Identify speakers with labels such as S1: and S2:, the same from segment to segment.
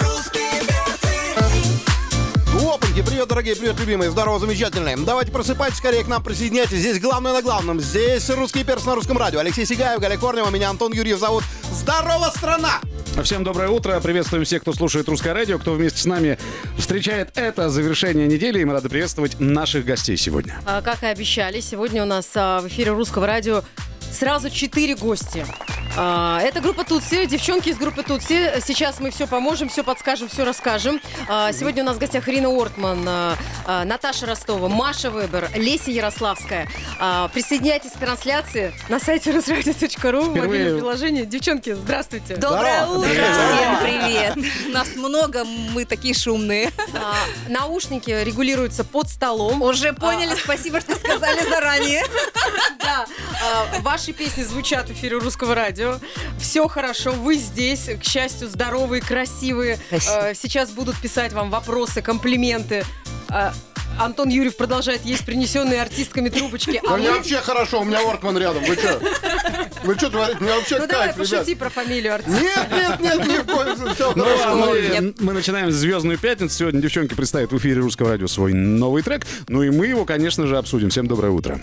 S1: русские перцы,
S2: Опаньки, привет, дорогие, привет, любимые, здорово, замечательные. Давайте просыпайтесь скорее к нам, присоединяйтесь. Здесь главное на главном. Здесь русский перс на русском радио. Алексей Сигаев, Галя Корнева, меня Антон Юрьев зовут. Здорово, страна!
S3: Всем доброе утро. Приветствуем всех, кто слушает русское радио, кто вместе с нами встречает это завершение недели. И мы рады приветствовать наших гостей сегодня.
S4: А, Как и обещали, сегодня у нас а, в эфире русского радио сразу четыре гости. А, Это группа Тутси, девчонки из группы Тутси. Сейчас мы все поможем, все подскажем, все расскажем. А, Сегодня у нас в гостях Ирина Ортман, а, а, Наташа Ростова, Маша Вебер, Леся Ярославская. А, Присоединяйтесь к трансляции на сайте русрадио.ру, в мобильном
S3: Впервые-
S4: приложении. Девчонки, здравствуйте.
S5: Доброе
S2: Здорово.
S5: утро!
S2: Привет.
S5: Всем привет! Нас много, мы такие шумные.
S4: А, Наушники регулируются под столом. А,
S5: Уже поняли, спасибо, что сказали заранее.
S4: Да, а, ваши песни звучат в эфире русского радио. Все хорошо, вы здесь, к счастью, здоровые, красивые.
S5: Спасибо.
S4: А, Сейчас будут писать вам вопросы, комплименты. А, Антон Юрьев продолжает есть принесенные артистками трубочки. А
S6: Да мне
S4: мы-
S6: вообще хорошо, у меня Ортман рядом. Вы что? Вы что творите? Мне вообще
S4: Ну давай,
S6: кайф, ребят.
S5: типа-
S4: пошути про фамилию артиста.
S6: Нет, нет, нет, ни в коем случае. Всё
S3: Ну,
S6: хорошо.
S3: а мы,
S5: Нет.
S3: мы начинаем «Звездную пятницу». Сегодня девчонки представят в эфире Русского радио свой новый трек. Ну и мы его, конечно же, обсудим. Всем доброе утро.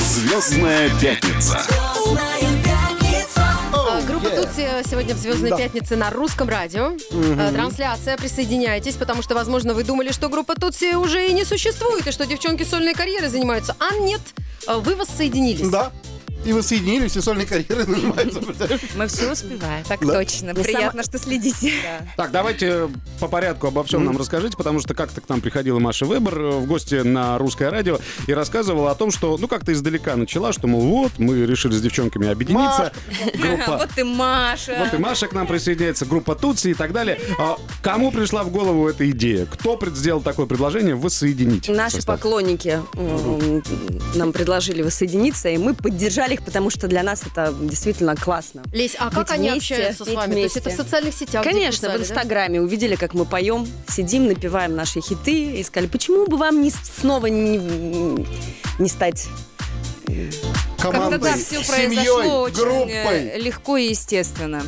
S7: Звездная пятница.
S1: звездная пятница,
S4: А,
S6: Oh,
S4: Группа
S6: yeah.
S4: Тутси сегодня в «Звездной пятнице» на русском радио. А, Трансляция, присоединяйтесь, потому что, возможно, вы думали, что группа Тутси уже и не существует, и что девчонки сольной карьерой занимаются. А нет, а, вы воссоединились.
S6: Да. И вы соединились, и сольной карьерой занимаются. представляешь?
S5: Мы все успеваем. Так
S6: Да.
S5: точно. Приятно, что следите.
S3: Так, давайте по порядку обо всем нам расскажите, потому что как-то к нам приходила Маша Вебер э, в гости на русское радио и рассказывала о том, что, ну, как-то издалека начала, что, мол, вот, мы решили с девчонками объединиться. Группа
S5: Вот
S3: А Вот
S5: и
S3: и
S5: Маша.
S3: Маша к нам присоединяется, группа Тутси и так далее. А кому пришла в голову эта идея? Кто пред- сделал такое предложение воссоединить?
S8: Наши
S3: состав?
S8: поклонники м, нам предложили воссоединиться, и мы поддержали их, потому что для нас это действительно классно.
S4: Лесь, а как
S8: Быть
S4: они
S8: вместе,
S4: общаются с
S8: быть
S4: вами? То есть это
S8: вместе.
S4: в социальных сетях? где
S8: Конечно, в
S4: писали, да?
S8: Инстаграме увидели, как мы поем, сидим, напеваем наши хиты, и сказали, почему бы вам не, с- снова не, не стать
S5: Как-то
S6: Командой,
S5: да, все
S6: семьей,
S5: произошло очень
S6: группой.
S5: э, легко и естественно.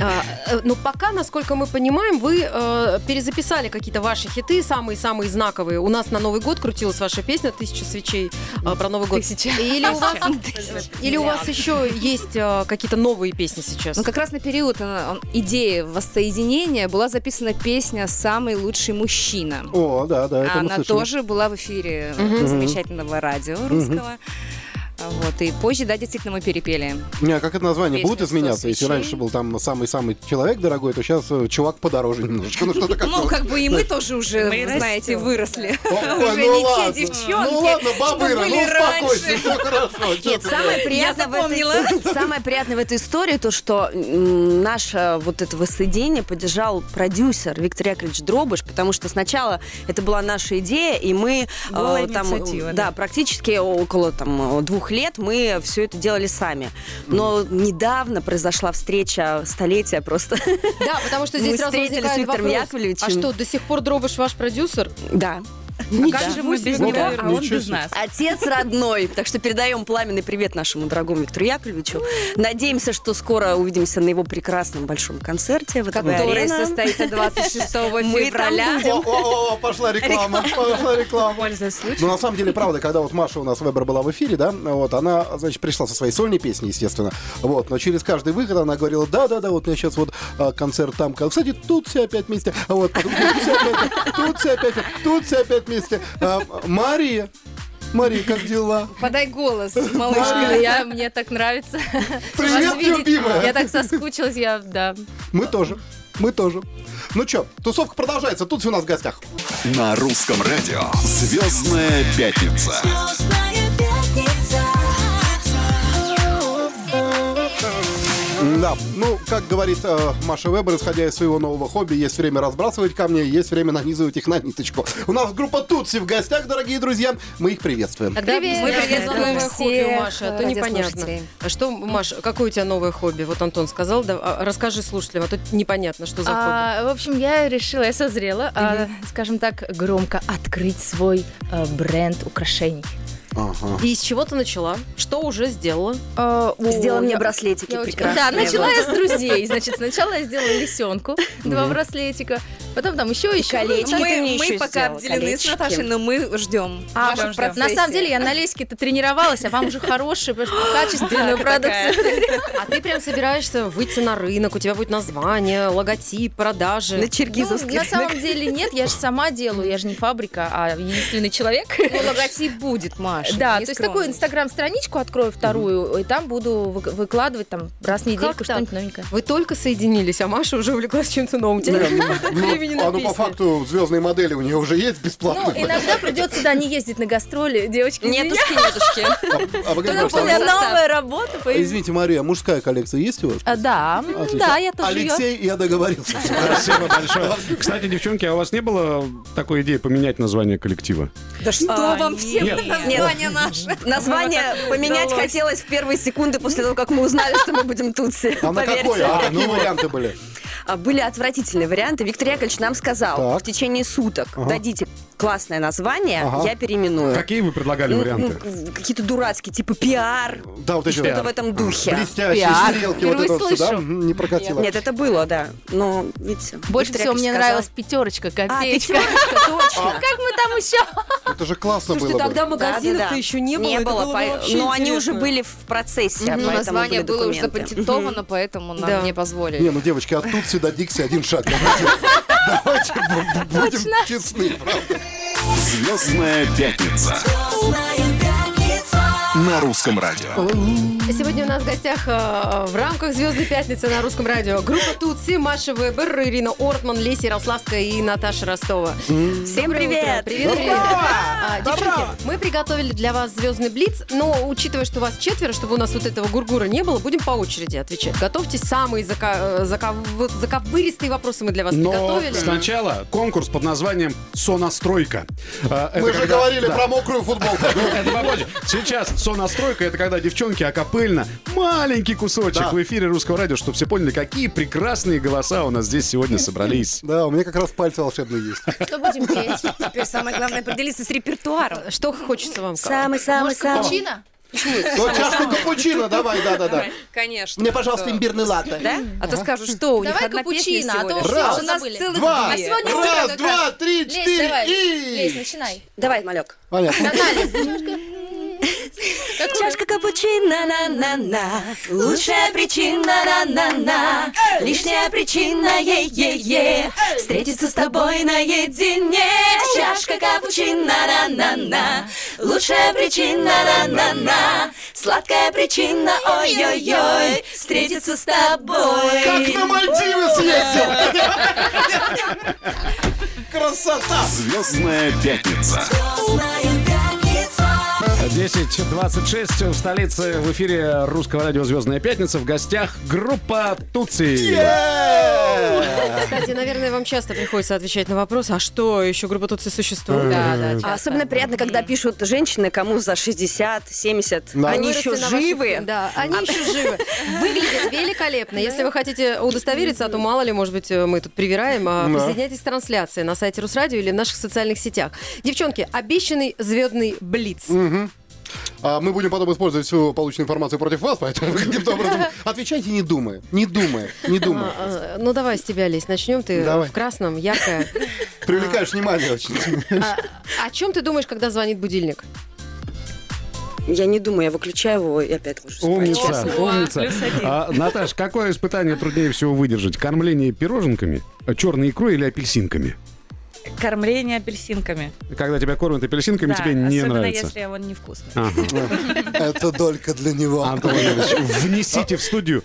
S4: А, э, ну, пока, насколько мы понимаем, вы э, перезаписали какие-то ваши хиты, самые-самые знаковые. У нас на Новый год крутилась ваша песня «Тысяча свечей» э, про Новый год.
S5: Тысяча.
S4: Или у вас,
S5: Тысяча.
S4: или у вас еще есть э, какие-то новые песни сейчас?
S5: Ну, как раз на период э, идеи воссоединения была записана песня «Самый лучший мужчина».
S6: О, да, да, это мы
S5: А Она
S6: слышали.
S5: тоже была в эфире э, замечательного радио русского. А Вот, и позже, да, действительно, мы перепели.
S6: Не, а как это название?
S5: Песня
S6: Будет
S5: «Сто
S6: изменяться? Если
S5: свечей».
S6: раньше был там самый-самый человек дорогой, то сейчас чувак подороже немножечко. Ну, что-то
S5: Ну,
S6: как-то.
S5: как бы и мы тоже уже, знаете, выросли.
S6: Ой,
S5: Уже
S6: ну
S5: не те
S6: ладно.
S5: девчонки,
S6: Ну ладно,
S5: что
S6: баба Ира, ну
S5: были
S6: успокойся,
S5: раньше.
S6: все хорошо. чё
S8: Нет,
S6: ты,
S8: самое
S6: блядь.
S8: приятное, в этой, самое приятное в этой истории то, что м, наше вот это воссоединение поддержал продюсер Виктор Яковлевич Дробыш, потому что сначала это была наша идея, и мы э, там, э, да, практически около там, э, двух лет мы все это делали сами. Но недавно произошла встреча столетия просто.
S4: Да, потому что
S8: Мы
S4: здесь сразу
S8: встретились с
S4: возникает
S8: Виктором
S4: вопрос.
S8: Яковлевичем.
S4: А что, до сих пор Дробыш ваш продюсер?
S8: Да.
S4: Ничего
S8: же
S5: мы
S4: себе,
S5: без
S4: ну,
S5: него,
S4: да.
S5: а он без нас.
S8: Отец родной. Так что передаем пламенный привет нашему дорогому Виктору Яковлевичу. Надеемся, что скоро увидимся на его прекрасном большом концерте. в ВТБ
S5: Который
S8: Арена.
S5: состоится 26 февраля.
S6: О, о, о, пошла реклама, пошла реклама. Ну, на самом деле, правда, когда вот Маша у нас Вебер была в эфире, да, вот, она, значит, пришла со своей сольной песней, естественно, вот, но через каждый выход она говорила, да-да-да, вот у меня сейчас вот а, концерт там, кон- кстати, тут все опять вместе, а вот, потом тут все опять, тут все опять, тут все опять вместе. А, Мария, Мария, как дела?
S5: Подай голос, малышка.
S9: А Я, мне так нравится.
S6: Привет,
S9: Вас видеть.
S6: любимая.
S9: Я так соскучилась, я, да.
S6: Мы тоже, мы тоже. Ну чё, тусовка продолжается, тут все у нас в гостях.
S7: На русском радио «Звездная пятница».
S1: звездная пятница.
S6: Да, ну, как говорит э, Маша Вебер, исходя из своего нового хобби, есть время разбрасывать камни, есть время нанизывать их на ниточку. У нас группа Тутси в гостях, дорогие друзья, мы их приветствуем.
S4: Тогда
S9: Привет.
S4: мы
S9: Привет.
S4: приветствуем
S5: Всех
S4: хобби, Маша, а
S5: э,
S4: то непонятно.
S5: радиослушателей.
S4: А Что, Маша, какое у тебя новое хобби? Вот Антон сказал, да, а, расскажи слушателям, а то непонятно, что за хобби.
S9: А, в общем, я решила, я созрела, а, скажем так, громко открыть свой а, бренд украшений.
S6: Ага.
S4: И с чего ты начала? Что уже сделала?
S9: А, о,
S8: Сделай мне
S9: я-
S8: браслетики
S9: я очень-
S8: прекрасные.
S9: Да, начала я с друзей. Значит, сначала я сделала лисенку, два браслетика, потом там еще еще.
S8: колечки.
S9: Мы-
S8: ты мне
S5: Мы, мы
S8: ещё
S5: пока
S8: сделала
S5: обделены
S8: колечки.
S5: с Наташей, но мы ждем
S9: А,
S5: ваших
S9: потому что- на самом деле я на леске-то тренировалась, а вам уже хорошие, качественную продукцию.
S4: А ты прям собираешься выйти на рынок, у тебя будет название, логотип, продажи.
S8: На
S9: Ну,
S8: Черкизовский.
S9: на самом деле нет, я же сама делаю, я же не фабрика, а единственный человек.
S5: Ну, логотип будет, Маша.
S9: Да,
S5: не
S9: то есть
S5: скромничай.
S9: такую инстаграм-страничку открою вторую, и там буду вы- выкладывать там раз в
S4: так?
S9: недельку что-нибудь новенькое.
S4: Вы только соединились, а Маша уже увлеклась чем-то новым. У тебя не хватает времени на
S6: а ну по
S4: песни.
S6: факту звездные модели у нее уже есть
S9: Ну,
S6: бесплатно.
S9: иногда придется, да, не ездить на гастроли, девочки.
S5: Нетушки, нетушки.
S6: А- а вы как говорите,
S9: извините. У меня
S5: полный состав.
S9: новая работа появилась.
S6: Извините, Мария, а мужская коллекция есть у вас?
S9: А, Да, м,
S6: Отлично.
S9: да, я тоже её-
S6: Алексей, я договорился.
S3: Спасибо большое. Кстати, девчонки, а у вас не было такой идеи поменять название коллектива?
S8: Да что
S5: А,
S8: вам
S5: нет.
S8: всем
S3: Нет.
S8: название наше? Название поменять хотелось в первые секунды после того, как мы узнали, что мы будем тут все,
S6: А на
S8: поверьте.
S6: какое? А какие варианты были?
S8: А, Были отвратительные варианты. Виктор Яковлевич нам сказал, в течение суток дадите классное название, я переименую.
S3: Какие вы предлагали
S8: Ну,
S3: варианты?
S8: ну, Какие-то дурацкие, типа пиар,
S6: Да, вот эти вот.
S8: что-то в этом духе.
S6: Блестящие
S9: Пиар.
S6: стрелки, вот
S9: Впервые
S6: это вот сюда
S9: слышу.
S6: Мгм, не прокатило.
S8: Нет, это было, да. Но, видите, Виктор
S9: Больше всего
S8: Яковлевич
S9: мне
S8: сказал.
S9: нравилась пятерочка,
S8: А,
S9: копеечка.
S8: пятерочка, точно.
S9: Как мы там еще?
S6: Это же классно
S4: Слушайте,
S6: было бы.
S4: тогда магазинов-то
S8: Да-да-да.
S4: еще не было.
S8: Не
S4: это
S8: было, ну,
S4: бы
S8: по-
S4: вообще
S8: но они
S4: интересно.
S8: уже были в процессе,
S5: Ну,
S8: поэтому
S5: название
S8: были
S5: было уже
S8: документы.
S5: запатентовано, поэтому нам
S4: Да.
S5: не позволили.
S6: Не, ну, девочки, от Тутси до Дикси один шаг. Давайте давайте бу- бу- будем честны, правда.
S7: Звездная пятница
S1: Вкусная пятница.
S7: на русском радио.
S4: Сегодня у нас в гостях э, в рамках «Звездной пятницы» на русском радио группа Тутси, Маша Вебер, Ирина Ортман, Леся Ярославская и Наташа Ростова.
S8: Всем
S4: Доброе утро.
S8: привет!
S4: Привет, привет! А, Девчонки, мы приготовили для вас звездный блиц, но учитывая, что вас четверо, чтобы у нас вот этого гургура не было, будем по очереди отвечать. Готовьте самые зака- э, заков- заковыристые вопросы мы для вас
S3: Но
S4: приготовили.
S3: сначала конкурс под названием «Сонастройка». Э, это
S6: Мы же
S3: когда-
S6: говорили
S3: да. Ну,
S6: про мокрую футболку.
S3: Это попозже. Сейчас сонастройка это когда девчонки акапельно маленький кусочек
S6: Да.
S3: в эфире русского радио, чтобы все поняли, какие прекрасные голоса у нас здесь сегодня собрались.
S6: Да, у меня как раз пальцы волшебные есть.
S9: Что будем петь?
S5: Теперь самое главное определиться с репертуаром.
S4: Что хочется вам?
S8: Самый-самый-самый.
S9: Капучино?
S6: Вот чашку капучино, давай, да-да-да.
S5: Конечно.
S3: Э,
S6: Мне, пожалуйста, имбирный латте.
S5: Да? А то скажут, что у них
S9: Давай
S5: одна песня
S9: капучино, а
S5: всего
S9: то
S5: лишь.
S6: Раз,
S5: А у нас
S9: забыли.
S5: целых
S6: Два,
S5: две.
S9: сегодня утро
S6: раз,
S9: как
S6: два,
S9: раз.
S6: три,
S9: Лесь, давай. Лесь,
S6: четыре и...
S9: начинай.
S8: Давай, Малек.
S6: Понятно.
S8: Чашка капучино, на-на-на, лучшая причина, на-на-на, лишняя причина, е-е-е, встретиться с тобой наедине. Чашка капучино, на-на-на, лучшая причина, на-на-на, сладкая причина, ой-ой-ой, встретиться с тобой.
S6: Как на Мальдивы съездил! Красота!
S7: Звездная пятница.
S1: Вкусная пятница.
S3: 10.26 в столице в эфире русского радио «Звездная пятница». В гостях группа Туци.
S7: Э!
S4: Кстати, наверное, вам часто приходится отвечать на вопрос, а что, еще группа Тутси существует?
S9: Да, да,
S8: А
S9: часто.
S8: Особенно приятно, когда пишут женщины, кому за 60, 70.
S6: А ну
S8: Они
S4: Выросли
S8: еще
S4: на ваших-
S8: живы.
S4: Да, они еще живы. Выглядят великолепно. Если вы хотите удостовериться, а то мало ли, может быть, мы тут привираем. а, Присоединяйтесь к трансляции на сайте Русрадио или в наших социальных сетях. Девчонки, обещанный звездный блиц.
S6: А Мы будем потом использовать всю полученную информацию против вас, поэтому каким-то образом... Отвечайте, не думая, не думая, не думая.
S4: А, э, Ну, давай с тебя, Лесь, начнем. Ты
S6: Давай.
S4: в красном, яркая.
S6: Привлекаешь внимание очень.
S4: А, О чем ты думаешь, когда звонит будильник?
S8: Я не думаю, я выключаю его и опять ложусь спать.
S3: Умница,
S8: Честно.
S3: умница. А, Наташ, какое испытание труднее всего выдержать? Кормление пироженками, черной икрой или апельсинками?
S10: Кормление апельсинками.
S3: Когда тебя кормят апельсинками,
S10: Да,
S3: э, тебе не
S10: особенно
S3: нравится.
S10: если он невкусный.
S3: Ага.
S6: Это только для него.
S3: Антон Иванович, внесите в студию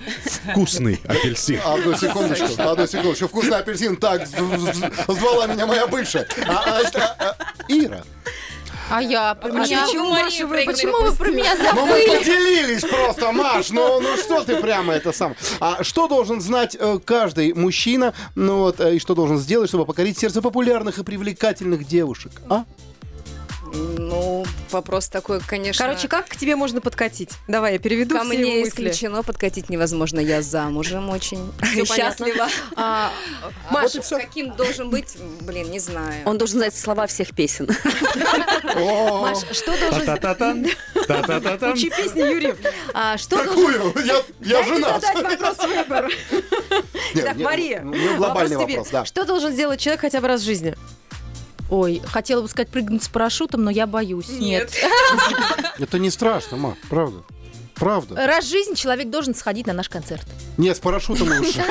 S3: вкусный апельсин.
S6: А, Одну секундочку, одну секундочку. Вкусный апельсин, так з- з- з- звала меня моя бывшая. А, а, а, а, Ира.
S4: А я... меня-
S11: почему
S4: Маша,
S11: Марию
S4: вы-
S11: прыгнули?
S4: почему вы про меня
S6: Ну мы
S4: забыли?
S6: поделились просто, Маш. Ну, ну что ты прямо это сам. А что должен знать э, каждый мужчина, ну вот, э, и что должен сделать, чтобы покорить сердце популярных и привлекательных девушек? А?
S11: Ну, вопрос такой, конечно.
S4: Короче, как к тебе можно подкатить? Давай, я переведу
S5: Ко
S4: все
S5: мне
S4: мысли.
S5: исключено, подкатить невозможно. Я замужем очень счастлива.
S4: А, Маша,
S5: Каким должен быть, блин, не знаю.
S8: Он должен знать слова всех песен.
S4: Маш, что должен...
S3: Та-та-тан, та-та-та-тан.
S4: Учи песни, Юрий. А, что должен...
S6: Какую? Я, я
S4: Дайте задать вопрос выбор.
S6: Не,
S4: Так,
S6: не,
S4: Мария,
S6: ну, ну, глобальный
S4: вопрос тебе.
S6: вопрос, да.
S4: Что должен сделать человек хотя бы раз в жизни?
S9: Ой, хотела бы сказать прыгнуть с парашютом, но я боюсь. Нет.
S6: Это не страшно, Ма, правда. Правда.
S9: Раз в жизнь человек должен сходить на наш концерт.
S6: Не, с парашютом лучше.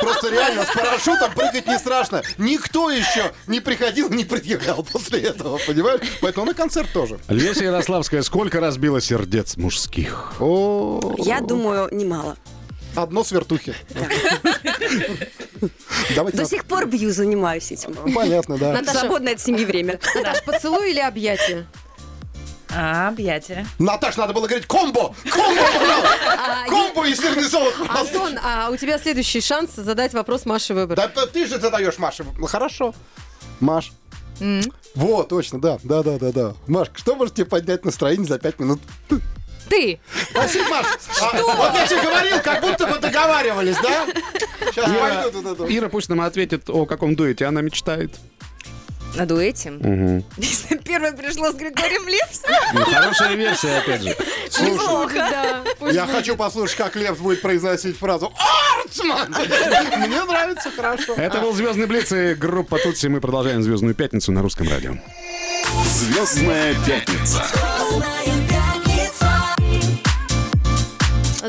S6: Просто реально, с парашютом прыгать не страшно. Никто еще не приходил, не предъявлял после этого, понимаешь? Поэтому на концерт тоже.
S3: Леся Ярославская, сколько разбило сердец мужских?
S6: О,
S8: Я думаю, немало.
S6: одно с вертухи. Давайте.
S8: До
S6: нас-
S8: сих пор бью, занимаюсь этим.
S6: Понятно, да.
S4: Наташа.
S8: Свободное от семьи время.
S4: Наташ, поцелуй или объятие?
S11: А, объятия.
S6: Наташ, надо было говорить комбо! Комбо, пожалуйста!
S4: А,
S6: Комбо из сервизовых
S4: Антон, а у тебя следующий шанс задать вопрос Маше Выбор.
S6: Да п- ты же задаешь, Маша. Ну, Хорошо. Маш. Вот, точно, да, да, да, да, да. Маш, что может тебе поднять настроение за пять минут?
S9: Ты!
S6: Спасибо, Маш. А, вот я тебе говорил, как будто бы договаривались, да? Сейчас пойду туда. туда.
S3: Ира пусть нам ответит, о каком дуэте она мечтает.
S5: На дуэте? Первое пришло с Григорием Лепсом.
S3: Ну, хорошая версия, опять же.
S6: Слушай,
S4: Да, пусть
S6: я
S4: будет.
S6: хочу послушать, как Лепс будет произносить фразу «Артман!» Мне нравится, хорошо.
S3: Это был «Звездный Блиц» и группа Тутси. Мы продолжаем «Звездную пятницу» на русском радио.
S7: Звездная пятница.
S1: Красная пятница.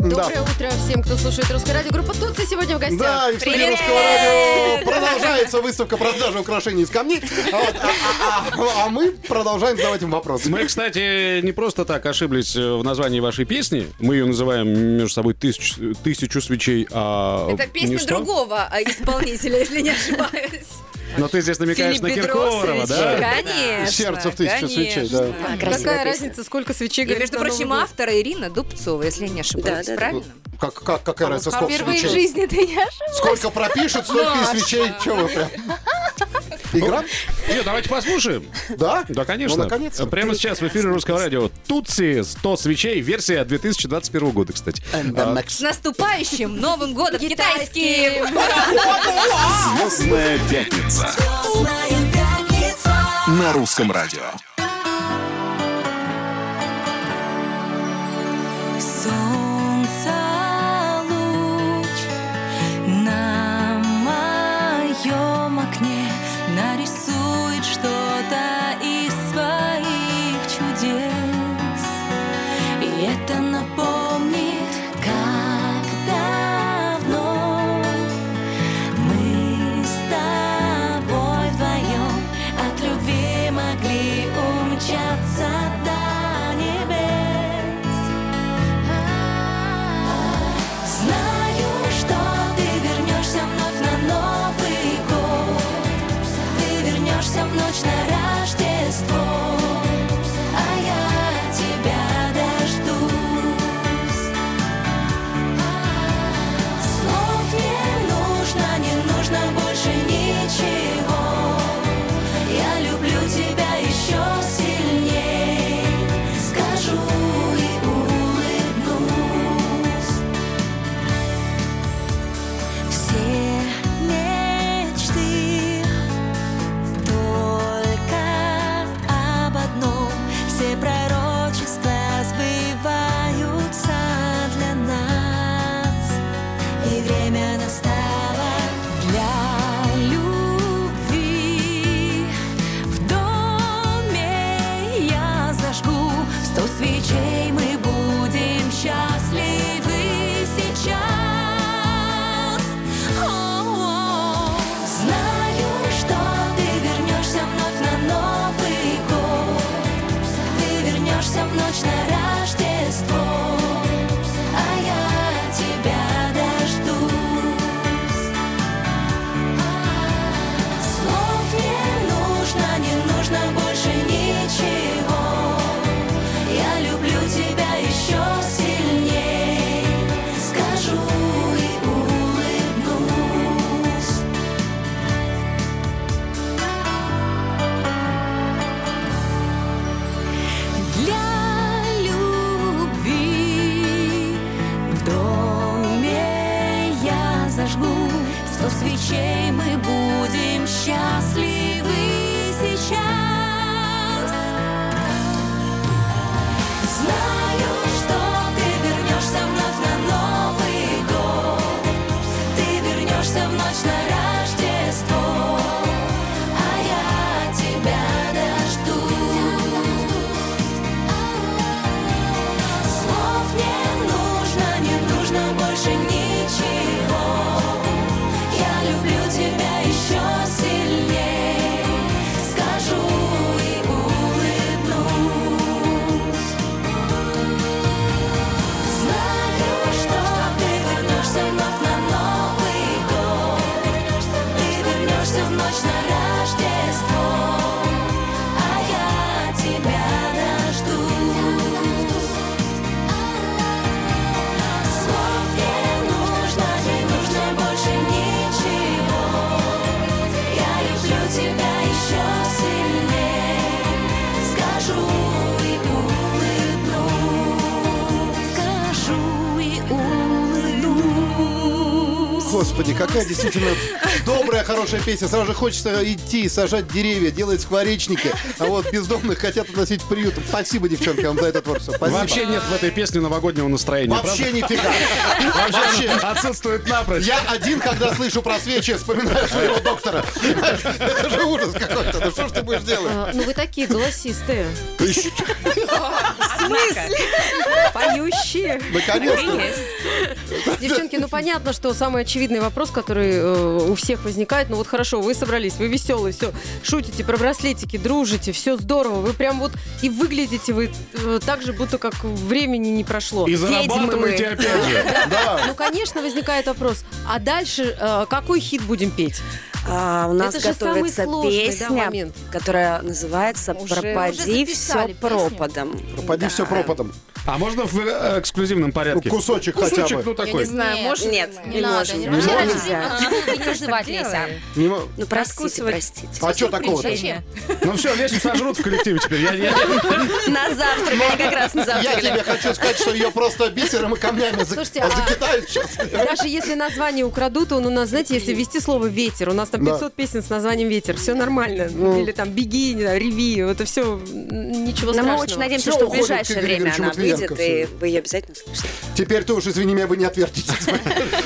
S4: Доброе утро всем, кто слушает Русское радио. Группа Тутси сегодня в гостях.
S6: Да, и в студии Русского радио продолжается выставка продажи украшений из камней. А вот, а- а- а- а мы продолжаем задавать им вопросы.
S3: Мы, кстати, не просто так ошиблись э, в названии вашей песни. Мы ее называем между собой тысяч, «Тысячу свечей», а
S5: Это
S6: Ну
S5: песня
S3: ничто.
S5: другого а, исполнителя, если не ошибаюсь.
S3: Но ты здесь намекаешь
S5: Филипп
S3: на Киркорова,
S5: Петросович.
S3: да?
S5: Конечно.
S6: Сердце в тысячу свечей, да.
S5: конечно.
S8: Да, красивая
S4: Какая
S8: песня.
S4: разница, сколько свечей
S5: И,
S4: горит
S5: между
S4: на
S5: прочим,
S4: Новый год?
S5: автора Ирина Дубцова, если я не ошибаюсь,
S8: Да, да, да.
S5: правильно?
S6: Как, как, какая разница, сколько
S4: Впервые в
S6: свечей?
S4: жизни ты не ошибся.
S6: Сколько пропишут, столько и свечей. Че вы прям? Игра?
S3: Нет, давайте послушаем.
S6: Да?
S3: Да, конечно.
S6: Ну, наконец-то.
S3: Прямо сейчас в эфире Русского радио. Тутси 100 свечей. Версия 2021 года, кстати.
S5: С наступающим Новым годом китайским!
S7: Звездная пятница.
S1: Красная пятница.
S7: На русском радио.
S1: Солнце луч на моем окне нарисует что-то из своих чудес. И это напомнит, как давно мы с тобой вдвоем от любви могли умчаться до небес. А-а-а. А А А А
S6: Господи, какая действительно добрая, хорошая песня. Сразу же хочется идти, сажать деревья, делать скворечники. А вот бездомных хотят относить в приют. Спасибо, девчонки, вам за это творчество. Спасибо.
S3: Вообще нет в этой песне новогоднего настроения,
S6: Вообще нифига.
S3: правда? Вообще
S6: Вообще.
S3: она отсутствует напрочь.
S6: Я один, когда слышу про свечи, вспоминаю своего доктора. Это же ужас какой-то. Ну что ж ты будешь делать?
S4: А, Ну вы такие голосистые.
S5: Поющие.
S6: Наконец-то.
S4: Девчонки, ну понятно, что самый очевидный вопрос, который э, у всех возникает, ну вот хорошо, вы собрались, вы веселые, все, шутите про браслетики, дружите, все здорово, вы прям вот и выглядите вы э, так же, будто как времени не прошло.
S3: И зарабатываете
S8: мы.
S3: опять же.
S4: Ну, конечно, возникает вопрос, а дальше э, какой хит будем петь?
S8: А, у нас
S4: Это же самый
S8: готовится
S4: сложный, да,
S8: песня,
S4: момент.
S8: которая называется
S10: Уже-
S8: «Пропади
S10: уже
S8: все
S10: записали
S8: пропадом».
S6: Пропади все пропадом.
S3: А можно в э, эксклюзивном
S6: Ну,
S3: порядке?
S6: Кусочек хотя
S3: Кусочек,
S6: бы.
S3: ну такой.
S10: знаю, можно?
S8: Нет,
S10: мы?
S8: не
S9: надо,
S8: можем.
S9: не
S8: Вообще
S9: надо.
S8: нельзя.
S10: не называть Леся.
S6: Не мо-
S8: Ну, простите,
S10: Раскусывать.
S8: простите.
S6: А что такого-то?
S10: Зачем?
S3: Ну все, Лесю сожрут в коллективе теперь. Я- я-
S8: На завтрак, они как раз на
S6: Я
S8: завтрак.
S6: тебе хочу сказать, что ее просто бисером и камнями за-
S4: Слушайте, а-
S6: закидают сейчас.
S4: Даже если название украдут, он у нас, знаете, если ввести слово «ветер», у нас там
S6: Да.
S4: 500 песен с названием «Ветер», все нормально. Или там «Беги», не знаю, «Реви», это все ничего
S8: Но мы
S4: страшного.
S8: очень надеемся,
S6: Всё
S8: что в
S6: уходит к
S8: ближайшее
S6: Игорю
S8: время
S6: Игоревичу
S8: она
S6: Матвиенко
S8: выйдет,
S6: всё.
S8: и вы ее обязательно услышите.
S6: Теперь ты уж, извини меня, вы не отвертитесь.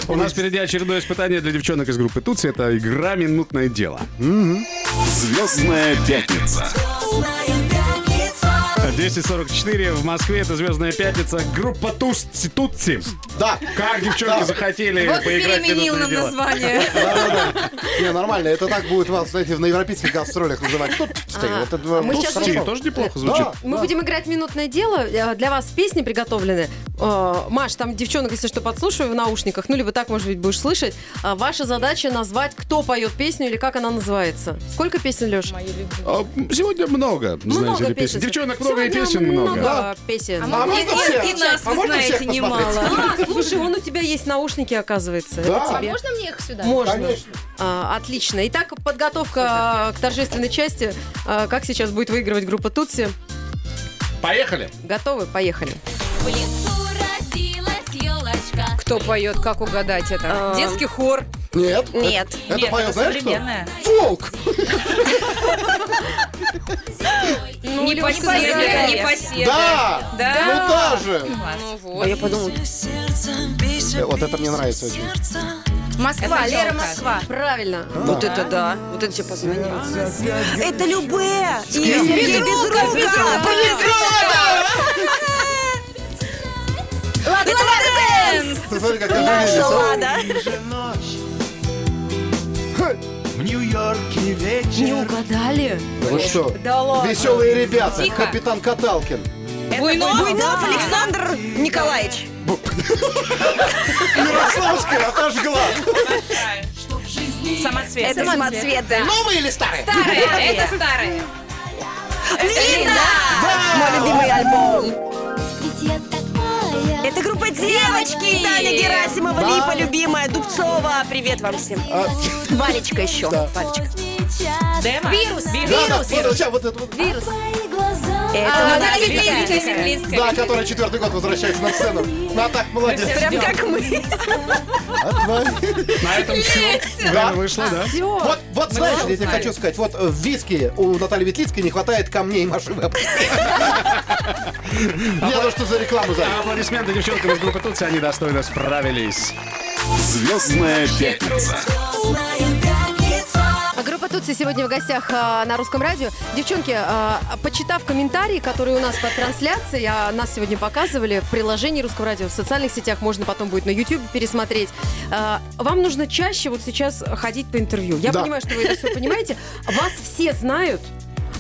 S3: У нас впереди очередное испытание для девчонок из группы Тутси. Это игра «Минутное дело».
S7: Звездная пятница.
S3: 10.44 в Москве. Это «Звездная пятница». Группа Тутси. Тутси.
S6: Да.
S3: Как девчонки захотели поиграть в
S5: Переменил
S3: «Минутное
S5: нам
S3: дело».
S5: название.
S6: Не, нормально, это так будет вас, знаете, на европейских гастролях называть. Тут стоит, это, э,
S4: мы
S6: тут
S4: щас-
S6: хорошо.
S3: Тутси тоже неплохо звучит.
S6: Да.
S4: Мы будем играть «Минутное дело». Э, Для вас песни приготовлены. Э, Маш, там девчонок, если что, подслушиваю в наушниках. Ну, либо так, может быть, будешь слышать. А Ваша задача назвать, кто поет песню или как она называется. Сколько песен, Леша?
S3: А, Сегодня много, знаете ли, песен. Девчонок много и
S4: Сегодня
S3: песен много.
S4: много песен.
S6: А можно всех?
S5: И нас,
S6: А
S5: вы
S6: можно всех
S5: знаете,
S6: посмотреть?
S5: немало.
S4: А, слушай, он у тебя есть наушники, оказывается.
S6: Да.
S4: Это
S9: А
S4: тебе.
S9: можно мне их сюда?
S4: Можно.
S6: Конечно.
S4: А, отлично. Итак, подготовка э, к торжественной части. А, Как сейчас будет выигрывать группа Тутси?
S3: Поехали.
S4: Готовы? Поехали.
S10: Кто поет, как угадать это?
S5: Детский хор.
S6: Нет.
S8: Нет.
S6: Это поет, знаешь что?
S10: современная.
S6: Фолк.
S5: Ну, Не по
S4: Лёша,
S5: себе,
S4: догадались.
S5: не по себе.
S6: Да. Ну
S5: Да.
S6: да же.
S5: Ну вот.
S8: А я подумала,
S6: Э, Вот это мне нравится очень.
S10: Москва, Лера Москва.
S4: Правильно.
S8: вот это да, вот это тебе позвонили. Это Любэ! И Безрука! Лада Дэнс!
S6: Ты смотри, как
S8: Наша
S6: оживились.
S8: Лада!
S4: Не угадали?
S6: Ну что?
S5: Да ладно.
S6: Веселые ребята.
S5: Тихо.
S6: Капитан Каталкин.
S5: Буйнов?
S8: Буйнов Александр Николаевич!
S6: Ярославская отожгла.
S5: Самоцвет.
S8: Это самоцветы.
S6: Новые Ну, или старые?
S5: старая, это старая.
S8: Лина! Мой любимый альбом. Это группа девочки. Таня Герасимова, Липа, любимая, Дубцова. Привет вам всем. А. Валечка еще. Валечка.
S5: Демо? Вирус.
S6: Да, да, вот, сейчас вот это вот.
S1: А,
S8: Это Наталья Медведева.
S6: Да, которая четвертый год возвращается на сцену. На так молодец.
S8: Прям как мы.
S3: На этом все. Время вышло, да?
S6: Вот, вот знаешь, я тебе хочу сказать, вот э, в виске у Натальи Ветлицкой не хватает камней Маши Веб. Я то, что за рекламу за.
S3: Аплодисменты девчонкам из группы Тутси, они достойно справились.
S7: Звездная пятница.
S4: А Группа Тутси сегодня в гостях а, на русском радио. Девчонки, а, а, почитав комментарии, которые у нас по трансляции, а нас сегодня показывали в приложении русского радио, в социальных сетях, можно потом будет на YouTube пересмотреть. а, Вам нужно чаще вот сейчас ходить по интервью. Я
S6: Да.
S4: понимаю, что вы это все понимаете. Вас все знают.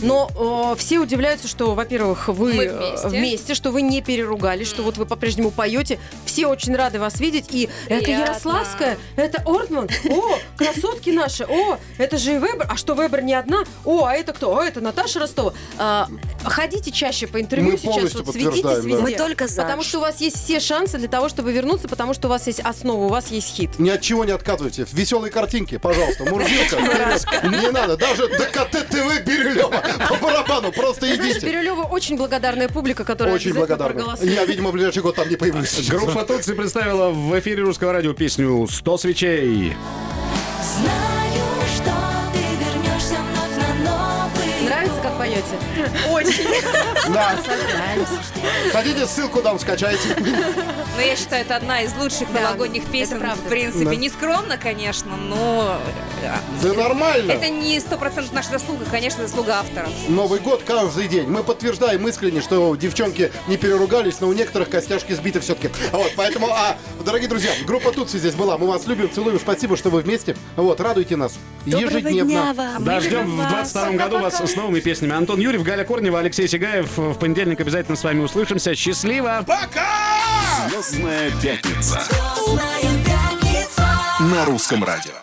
S4: Но э, все удивляются, что, во-первых, вы
S10: Мы
S4: э,
S10: вместе.
S4: вместе, что вы не переругались, что вот вы по-прежнему поете. Все очень рады вас видеть. И это
S10: Приятно.
S4: Ярославская, это Ортман. О, красотки наши. О, это же и Вебер. А что Вебер не одна? О, а это кто? А это Наташа Ростова. А, ходите чаще по интервью
S6: Мы
S4: сейчас,
S6: полностью
S4: вот светитесь
S6: подтверждаем, да.
S4: везде.
S8: Мы только за.
S4: Потому что у вас есть все шансы для того, чтобы вернуться, потому что у вас есть основа, у вас есть хит.
S6: Ни от чего не отказывайте. Веселые картинки, пожалуйста. Мурзилка. Не надо. Даже ДКТ ТВ Бирюлева. По барабану, просто
S4: Ты знаешь,
S6: идите.
S4: Бирюлева очень благодарная публика, которая
S6: Очень
S4: обязательно
S6: благодарны.
S4: проголосует.
S6: Я, видимо, в ближайший год там не появлюсь.
S3: А Группа Тутси представила в эфире русского радио песню «100 свечей».
S1: Знаю, что ты вернешься вновь на новый
S4: Нравится, как поете?
S6: Да. Хотите, ссылку дам, скачайте.
S5: Но я считаю, это одна из лучших
S4: Да,
S5: новогодних песен,
S4: это правда.
S5: в принципе. Не скромно, конечно, но э,
S6: Да нормально.
S5: это не сто процентов наша заслуга, конечно, заслуга автора.
S6: Новый год каждый день. Мы подтверждаем искренне, что девчонки не переругались, но у некоторых костяшки сбиты все-таки. Вот, поэтому, а, дорогие друзья, группа Тутси здесь была. Мы вас любим, целуем. Спасибо, что вы вместе. Вот, радуйте нас. Ежедневно.
S1: вам.
S3: Да, ждем в 22 году вас с новыми песнями. Антон Юрьев, Галя Корнева, Алексей Сигаев. В понедельник обязательно с вами услышимся. Счастливо!
S7: Звездная пятница
S1: Звездная пятница.
S7: на русском радио.